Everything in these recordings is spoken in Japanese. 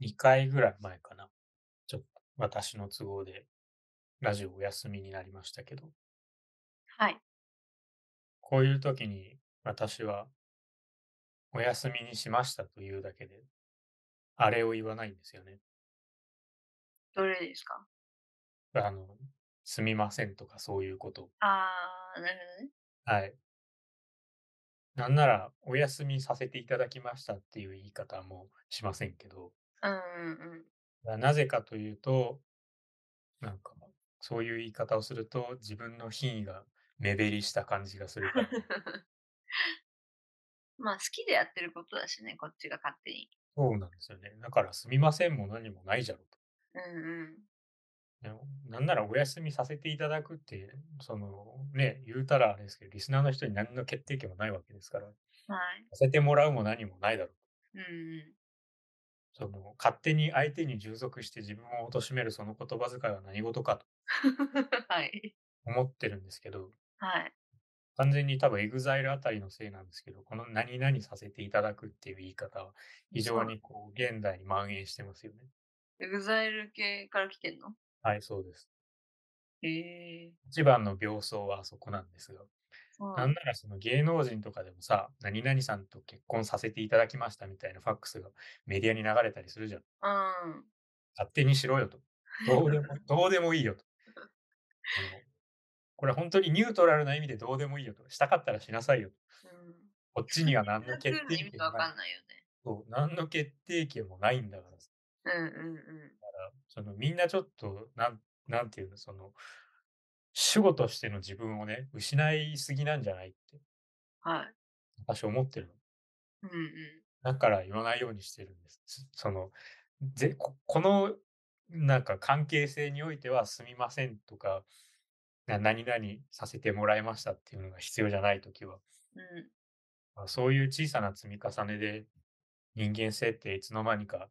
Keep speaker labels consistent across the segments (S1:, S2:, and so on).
S1: 2回ぐらい前かな。ちょっと私の都合でラジオお休みになりましたけど。
S2: はい。
S1: こういう時に私はお休みにしましたというだけで、あれを言わないんですよね。
S2: どれですか？
S1: あの、すみませんとかそういうこと。
S2: ああ、なるほどね。
S1: はい。なんなら、お休みさせていただきましたっていう言い方もしませんけど。
S2: うんうんうん。
S1: ななぜかというと、なんか、そういう言い方をすると、自分の品位が目減りした感じがするから。
S2: まあ、好きでやってることだしね、こっちが勝手に。
S1: そうなんですよね。だから、すみませんも何もないじゃろと。
S2: うんうん。
S1: でも、なんならお休みさせていただくって、その、ね、言うたらあれですけど、リスナーの人に何の決定権もないわけですから、
S2: はい。
S1: させてもらうも何もないだろう。
S2: うんうん。
S1: その、勝手に相手に従属して自分を貶めるその言葉遣いは何事かと
S2: はい。
S1: 思ってるんですけど。
S2: はい。
S1: 完全に多分 EXILE あたりのせいなんですけど、この何々させていただくっていう言い方は、非
S2: そ
S1: 常
S2: う。
S1: にこう、現代に蔓延してますよね。
S2: EXILE 系から来てんの？
S1: はい、そうです。
S2: へえ。
S1: 一番の病巣はあそこなんですが、
S2: そうな
S1: なんん
S2: だ。
S1: ならその芸能人とかでもさ、何々さんと結婚させていただきましたみたいなファックスがメディアに流れたりするじゃん。
S2: うん。
S1: 勝手にしろよと。ど うでもどうでもいいよと。あの、これはほんとにニュートラルな意味でどうでもいいよと。したかったらしなさいよと。
S2: うん。
S1: こっちには何
S2: そん
S1: の
S2: なクー
S1: 決
S2: ルな
S1: 定
S2: 意味
S1: 権も
S2: わ
S1: ない。
S2: かんないよね。
S1: そう、何の決定権もないんだからさ。
S2: うんうんうん。
S1: だから、そのみんなちょっと、なんなんていうの、その、主語としての自分をね、失いすぎなんじゃないって。
S2: はい。
S1: 私思ってるの。
S2: うんうん。
S1: だから言わないようにしてるんです。すその、ぜここのなんか関係性においてはすみませんとか、な何々させてもらいましたっていうのが必要じゃない時は。
S2: うん。
S1: まあ、そういう小さな積み重ねで、人間性っていつの間にか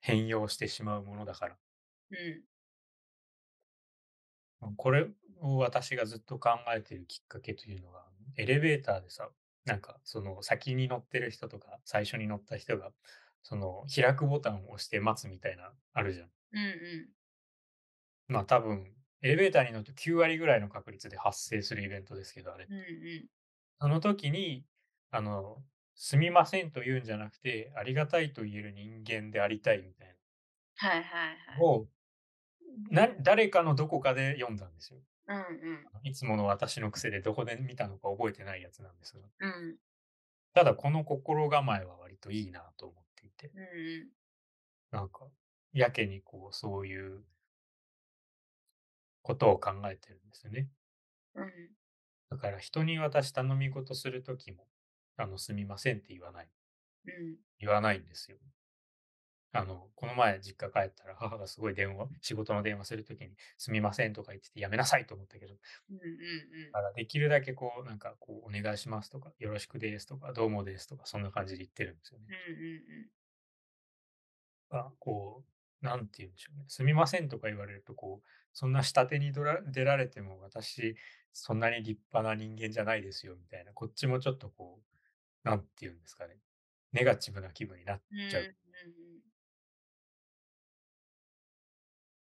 S1: 変容してしまうものだから。
S2: うん。
S1: うん、これを私がずっと考えているきっかけというのが、エレベーターでさ、なんかその先に乗ってる人とか、最初に乗った人が、その開くボタンを押して待つみたいな、あるじゃん。
S2: うんうん。
S1: まあ、多分、エレベーターに乗ると9割ぐらいの確率で発生するイベントですけど、あれっ
S2: うん
S1: て。
S2: うん。
S1: その時に、あの、すみませんと言うんじゃなくて、ありがたいと言える人間でありたいみたいな
S2: はいはいはい。
S1: を、な誰かのどこかで読んだんですよ。
S2: うんうん。
S1: いつもの私の癖でどこで見たのか覚えてないやつなんですが。
S2: うん。
S1: ただ、この心構えは割といいなと思っていて。
S2: うんうん。
S1: なんか、やけにこう、そういうことを考えてるんですよね。
S2: うん。
S1: だから人に私頼み事する時も、あの、すみませんって言わない。
S2: うん。
S1: 言わないんですよ。あの、この前実家帰ったら母がすごい電話仕事の電話する時に、すみませんとか言っててやめなさいと思ったけど。
S2: うんうんうん。
S1: だからできるだけこう、なんかこう、お願いしますとか、よろしくですとか、どうもですとか、そんな感じで言ってるんですよね。
S2: うんうんうん。
S1: あ、こう、なんて言うんでしょうね。すみませんとか言われると、こう、そんな下手にどら出られても、私、そんなに立派な人間じゃないですよみたいな、こっちもちょっとこう、なんて言うんですかね、ネガティブな気分になっ
S2: うんう
S1: ちゃう。
S2: んうん。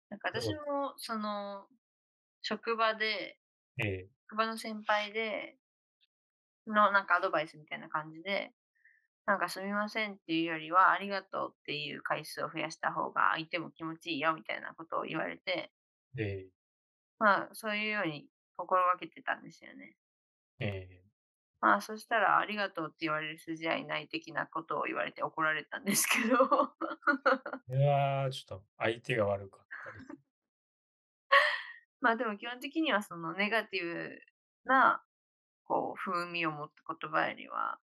S2: なんか
S1: そ
S2: 私
S1: う。
S2: もその、職場で
S1: ええ。
S2: 職場の先輩での、なんかアドバイスみたいな感じで、なんかすみませんっていうよりは、ありがとうっていう回数を増やした方が相手も気持ちいいよみたいなことを言われて
S1: ええ。
S2: まあ、そういうように心がけてたんですよね。
S1: ええ。
S2: まあ、そしたらありがとうって言われる筋合いない的なことを言われて怒られたんですけど。
S1: いや、ちょっと相手が悪かったです。
S2: まあ、でも基本的にはそのネガティブな、こう風味を持った言葉よりは、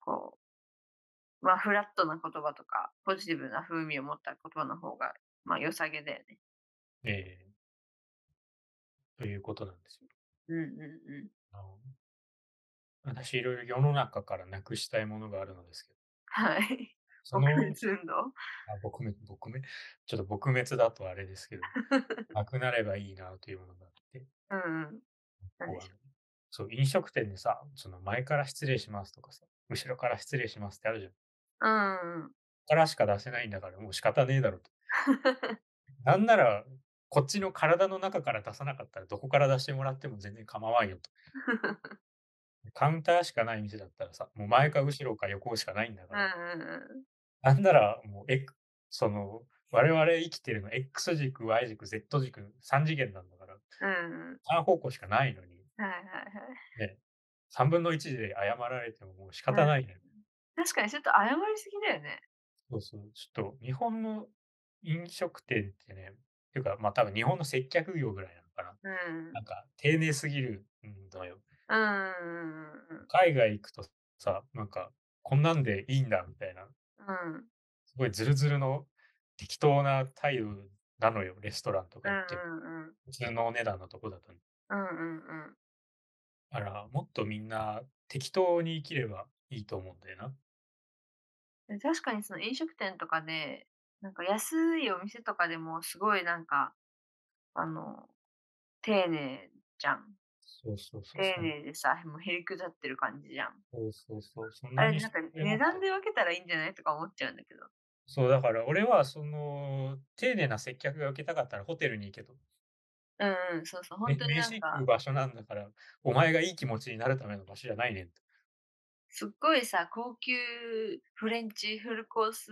S2: こうまあ、フラットな言葉とか、ポジティブな風味を持った言葉の方が、まあ、良さげだよね。
S1: ええ。ということなんですよ。
S2: うんうんうん。
S1: あの私、いろいろ世の中からなくしたいものがあるのですけど。
S2: はい。
S1: そ
S2: 撲滅
S1: の
S2: 運動。
S1: あ、撲滅撲滅 ちょっと撲滅だとあれですけ ど、なくなればいいなというものがあって。
S2: うんうん。なん
S1: こう、
S2: で
S1: あ
S2: し
S1: の、
S2: ょう。
S1: そう、飲食店でさ、その前から失礼しますとかさ、後ろから失礼しますってあるじゃん。
S2: うんうん。
S1: からしか出せないんだから、もう仕方ねえだろと。なんなら、こっちの体の中から出さなかったら、どこから出してもらっても全然構わんよと。カウンターしかない店だったらさ、もう前か後ろか横しかないんだか
S2: うん
S1: ら、
S2: うんうん
S1: なんならもう、えその、我々生きてるの X 軸、Y 軸、Z 軸、3次元なんだから、
S2: うんうん。
S1: 3方向しかないのに、
S2: はいはいはい。
S1: 3分の1で謝られてももう仕方ないね。
S2: 確かにちょっと謝りすぎだよね。
S1: そうそう。ちょっと、日本の飲食店ってね、っていうか、まあ多分日本の接客業ぐらいなのかな。
S2: うん。
S1: なんか、丁寧すぎるんだよ。
S2: うんうん
S1: 海外行くとさ、なんか、こんなんでいいんだみたいな、
S2: うんうん。
S1: すごいズルズルの適当な態度なのよ、レストランとか
S2: うん
S1: 行っても。
S2: うん
S1: 普通のお値段のとこだとね。
S2: うん。うんうんうん。
S1: あら、もっとみんな適当に生きればいいと思うんだよな。
S2: で確かにその飲食店とかで、なんか安いお店とかでもすごいなんか、あの、丁寧じゃん。
S1: そうそうそう。
S2: 丁寧でさ、もうへりくだってる感じじゃん。
S1: そうそうそう。そん
S2: あ
S1: な
S2: れ
S1: に
S2: なんか
S1: してくれ
S2: 値
S1: なくて
S2: 段で分けたらいいんじゃないとか思っちゃうんだけど。
S1: そう、だから俺は、その、丁寧な接客が受けたかったらホテルに行けと。
S2: うんうん、そうそう、
S1: め
S2: 本当になん
S1: 飯行
S2: か
S1: く、場所なんだから、お前がいい気持ちになるための場所じゃないねんと。
S2: すっごいさ、高級フレンチフルコース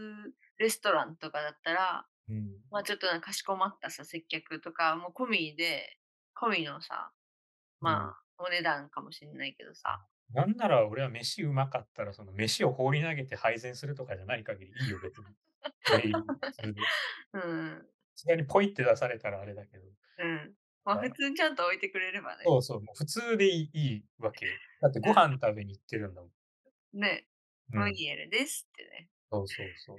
S2: レストランとかだったら、
S1: うん。
S2: まあちょっとなんかかしこまったさ、接客とか、もう込みで、込みのさ、まあ、お値段かもしれないけどさ、
S1: なんなら俺は飯うまかったら、その飯を放り投げて配膳するとかじゃない限りいいよ、別に。全員それで
S2: うん、
S1: さすがにポイって出されたらあれだけど。
S2: うん。まあ
S1: はい
S2: 普通にちゃんと置いてくれればね。
S1: そうそう、もう普通でいいいいわけよ。だってご飯食べに行ってるんだもん。
S2: ね、
S1: うん
S2: ムニエルですってね、
S1: そうそうそう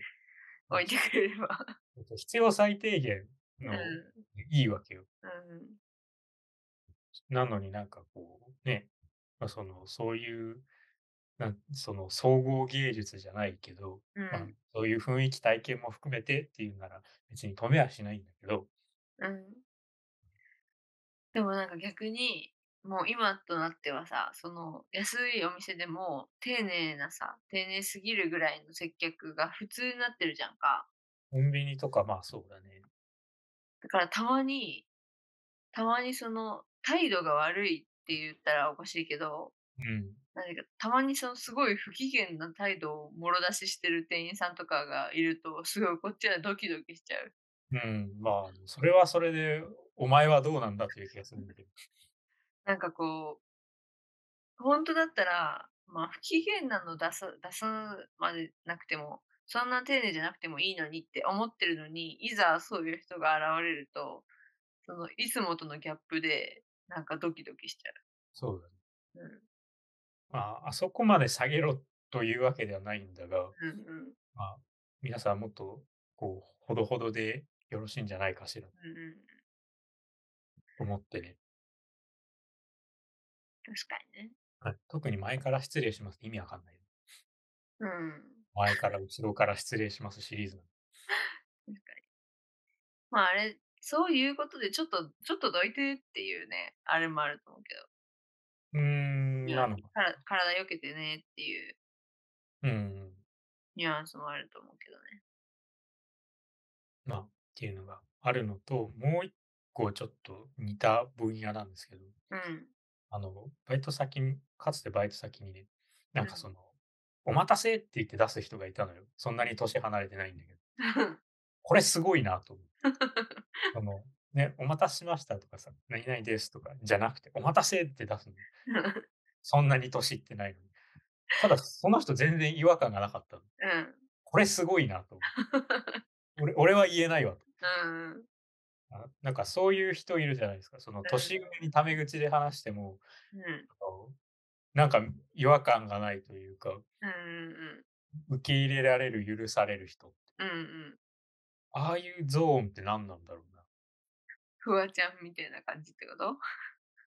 S2: 置いてくれれば。
S1: えっと。必要最低限
S2: うん、
S1: の
S2: う
S1: いいわけよ。
S2: ん、
S1: なのになんかこうね、まあ、そのそういうなんその総合芸術じゃないけど、
S2: う
S1: まあ
S2: ん、
S1: そういう雰囲気体験も含めてっていうなら別に止めはしないんだけど、
S2: うん。でもなんか逆に、もう今となってはさ、その安いお店でも丁寧なさ、丁寧すぎるぐらいの接客が普通になってるじゃんか。
S1: コンビニとかまあそうだね。
S2: だからたまに、たまにその態度が悪いって言ったらおかしいけど、
S1: うん。
S2: 何かたまにそのすごい不機嫌な態度をもろ出ししてる店員さんとかがいると、すごいこっちはドキドキしちゃう。
S1: うん、まあそれはそれでお前はどうなんだという気がするんだけど。
S2: なんかこう、本当だったら、まあ不機嫌なの出す、出すまでなくても、そんな丁寧じゃなくてもいいのにって思ってるのに、いざそういう人が現れると、そのいつもとのギャップで、なんかドキドキしちゃ
S1: そうだね。
S2: う。うん
S1: まああそこまで下げろというわけではないんだが、
S2: うんうん
S1: まあ、皆さんもっとこうほどほどでよろしいんじゃないかしらと
S2: うんうん、
S1: 思ってね。
S2: 確かにね。
S1: はい、特に前から失礼しますって意味わかんない。
S2: うん。
S1: 前から後ろから失礼しますシリーズなの。
S2: 確かに。まああれ、そういうことで、ちょっと、ちょっとどいてっていうね、あれもあると思うけ
S1: うーん、
S2: ど。
S1: なのか。
S2: から体よけてねっていう
S1: うん。
S2: ニュアンスもあると思うけどね。
S1: まあ、っていうのがあるのと、もう一個ちょっと似た分野なんですけど、
S2: うん。
S1: あの、バイト先に、かつてバイト先にね、なん
S2: う
S1: か
S2: ん
S1: その、お待たせって言って出す人がいたのよ。そんなに年離れてないんだけど、これすごいなと 思う。あの、ね、お待たせしましたとかさ、何々ですとかじゃなくて、お待たせって出すの。
S2: うん。
S1: そんなに年いってないのに。ただ、その人全然違和感がなかったの。これすごいなと思う。俺俺は言えないわと
S2: うん。
S1: あなんかそういう人いるじゃないですか。その年上にタメ口で話しても、
S2: うん。
S1: あのなんか違和感がないというか、
S2: うん。
S1: 受け入れられる、許される人。
S2: うん。うん。
S1: ああいうゾーンって何なんだろうな。
S2: フワちゃんみたいな感じってこと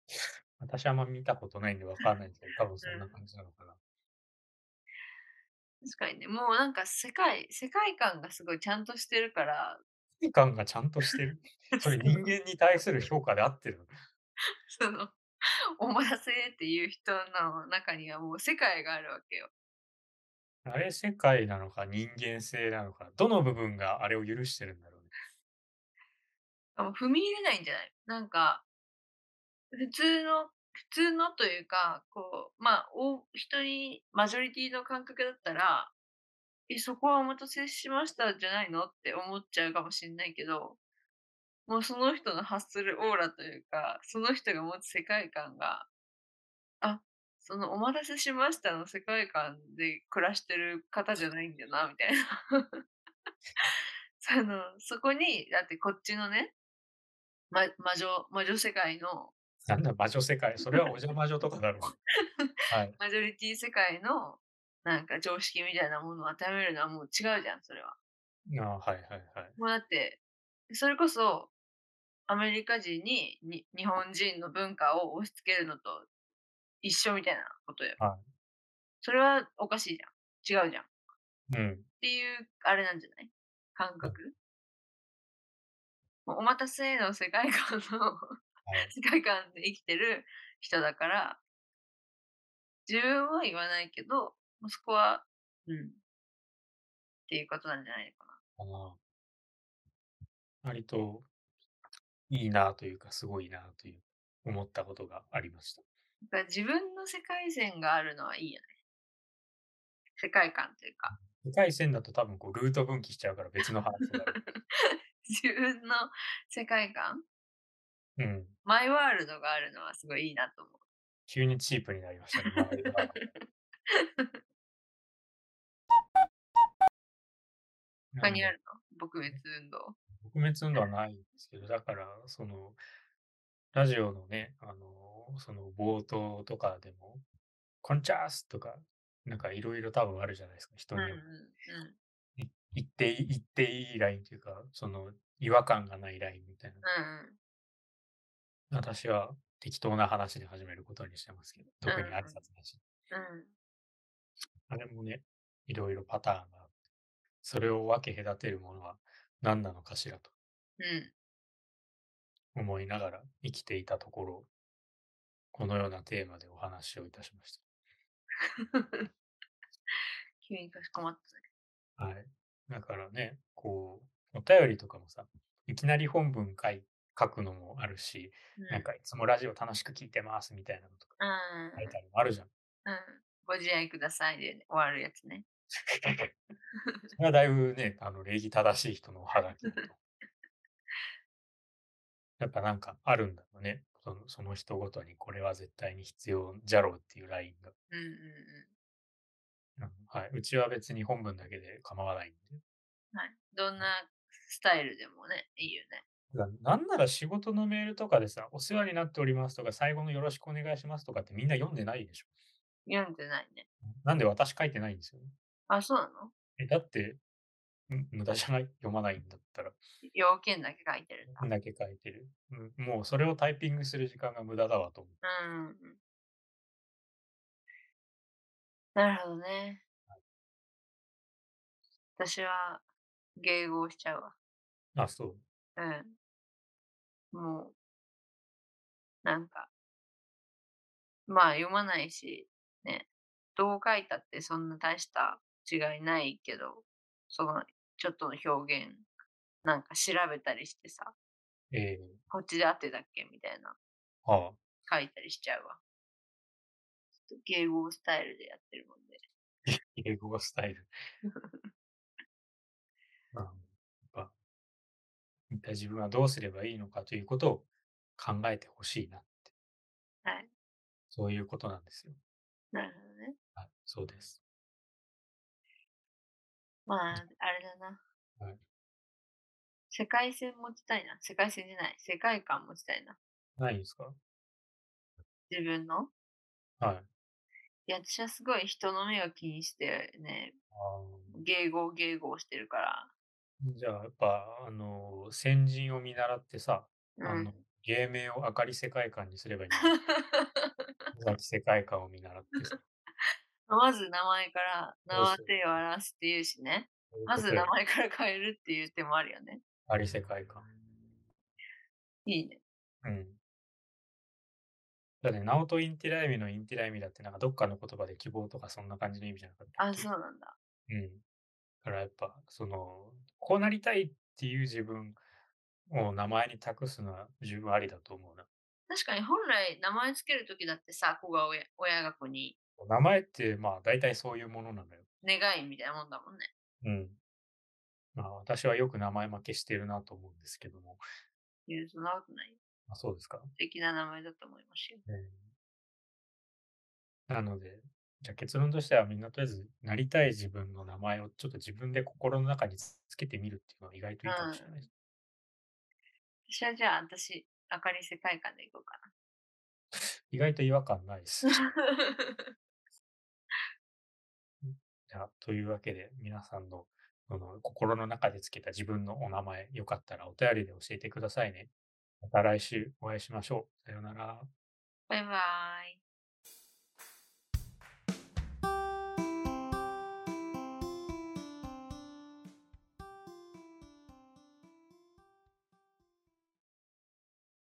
S1: 私はあんま見たことないんで分かんないんですけど、多分そんな感じなのかな。
S2: 確かにね。もうなんか世界、世界観がすごいちゃんとしてるから、
S1: 距離感がちゃんとしてる。それ人間に対する評価で合ってるの。
S2: その、お待たせっていう人の中にはもう世界があるわけよ。
S1: あれ世界なのか人間性なのか、どの部分があれを許してるんだろうね。
S2: あもう踏み入れないんじゃないなんか、普通の、普通のというか、こう、まあ、お人に、マジョリティの感覚だったら、え、そこはお待たせしましたじゃないのって思っちゃうかもしれないけど、もうその人の発するオーラというか、その人が持つ世界観が、あ、そのお待たせしましたの世界観で暮らしてる方じゃないんだな、みたいな。 その、そこに、だってこっちのね、ま、魔女、魔女世界の、
S1: なんだ、魔女世界。それはお邪魔女とかだろう。はい。
S2: マジョリティ世界の、なんか常識みたいなものを当てはめるのはもう違うじゃん、それは。
S1: ああはいはいはい。
S2: もうだって、それこそ、アメリカ人にに日本人の文化を押し付けるのと一緒みたいなことよ。
S1: は
S2: それはおかしいじゃん。違うじゃん。っ
S1: うん。
S2: ていう、あれなんじゃない感覚もうお待たせの世界観の
S1: はい
S2: 世界観で生きてる人だから、自分は言わないけど、もうそこは、うん。っていうことなんじゃないかな。
S1: ああ割といいなというか、すごいなという思ったことがありました。
S2: だから自分の世界線があるのはいいよね。世界観というか、
S1: 世界線だと多分こうルート分岐しちゃうから別の話がある。
S2: 自分の世界観、
S1: うん。
S2: マイワールドがあるのはすごいいいなと思う。
S1: 急にチープになりましたね。周りが
S2: 他に
S1: な
S2: あ
S1: んで
S2: るの撲滅運動。
S1: 撲滅運動はないんですけど、だから、その、ラジオのね、あの、その冒頭とかでも、コンチャースとか、なんかいろいろ多分あるじゃないですか、人
S2: うん
S1: に
S2: うん
S1: よ
S2: う
S1: っ
S2: ん
S1: て。い言っていい、言っていいラインというか、その違和感がないラインみたいな。私は適当な話で始めることにしてますけど、特に
S2: うん
S1: 挨拶なし。
S2: うんうん。
S1: あれもね、いろいろパターンがあって、それを分け隔てるものは何なのかしらと
S2: うん。
S1: 思いながら生きていたところ、このようなテーマでお話をいたしまし
S2: うん。 急にかしこまったね。
S1: た。はい。だからね、こう、お便りとかもさ、いきなり本文書い書くのもあるし、
S2: うん
S1: なんかいつもラジオ楽しく聞いてますみたいなのとか
S2: うん
S1: 書いてあるのあるじゃん。
S2: うん。ご自愛くださいで終わるやつね。
S1: それはだいぶね、あの礼儀正しい人のおはがきだと。やっぱなんかあるんだろうね。そのその人ごとにこれは絶対に必要じゃろうっていうラインが。
S2: うんうんうん。
S1: うんはい、うちは別に本文だけで構わないんで。
S2: はい。どんなスタイルでもね、いいよね。
S1: だなんなら仕事のメールとかでさ、お世話になっておりますとか、最後のよろしくお願いしますとかってみんな読んでないでしょ。
S2: 読んでないね。
S1: なんで私書いてないんですよね。
S2: あ、そうなの
S1: えだって、ん無駄じゃない読まないんだったら。
S2: 要件だけ書いてるんだ。
S1: だけ書いてる。うんもうそれをタイピングする時間が無駄だわと思う。
S2: うんうん。なるほどね。私は、迎合しちゃうわ。
S1: あ、そう。
S2: うん。もう、なんか、まあ読まないし、ね、どう書いたってそんな大した違いないけど、その、ちょっとの表現、なんか調べたりしてさ、
S1: え
S2: こっちで合ってたっけみたいな、
S1: ー、はあ。
S2: 書いたりしちゃうわ。ちょっと迎合スタイルでやってるもんで。
S1: 英語ス タイル。まあ、やっぱ、一体自分はどうすればいいのかということを考えてほしいなって。
S2: はい。
S1: そういうことなんですよ。
S2: なるほどね。
S1: はい、そうです。
S2: まあ、あれだな。
S1: はい
S2: 世界線持ちたいな。世界線じゃない。世界観持ちたいな。
S1: ないんですか
S2: 自分の。
S1: はい。
S2: いや、私はすごい人の目を気にしてね、
S1: あ
S2: 迎合迎合してるか
S1: ーじゃあ、やっぱ、あの、先人を見習ってさ、
S2: ら。
S1: あ
S2: うん
S1: の、芸名を明かり世界観にすればいいんじゃない。明かり世界観を見習ってさ。
S2: まず名前から、名
S1: そう
S2: は
S1: そう
S2: 手を表すっていうしね。まず
S1: そういう
S2: 名
S1: ことよ
S2: 前から変えるっていう手もあるよね。
S1: 明かり世界観。
S2: いいね。
S1: うん。だね、ナオトインティライミのインティライミだってなんかどっかの言葉で希望とかそんな感じの意味じゃなかったっ
S2: あ、
S1: け
S2: そうなんだ。
S1: うん。だからやっぱ、その、こうなりたいっていう自分を名前に託すのは十分ありだと思うな。
S2: 確かに本来名前つけるときだってさ、子が親親が子に
S1: 名前ってまあ大体そういうものなのよ。
S2: 願いみたいなもんだもんね。
S1: うん。まあ私はよく名前負けしてるなと思うんですけども。
S2: いやそんなことない。
S1: あそうですか。
S2: 素敵な名前だと思いますよ。
S1: うんなので、じゃあ結論としてはみんなとりあえずなりたい自分の名前をちょっと自分で心の中につつけてみるっていうのは意外といいかもしれない。
S2: 私はじゃあ、私、明るい世界観でいこうか
S1: 意外と違和感ないです。
S2: な。
S1: じゃあというわけで皆さんのその心の中でつけた自分のお名前よかったらお便りで教えてくださいね。また来週お会いしましょう。さようなら。
S2: バイバーイ。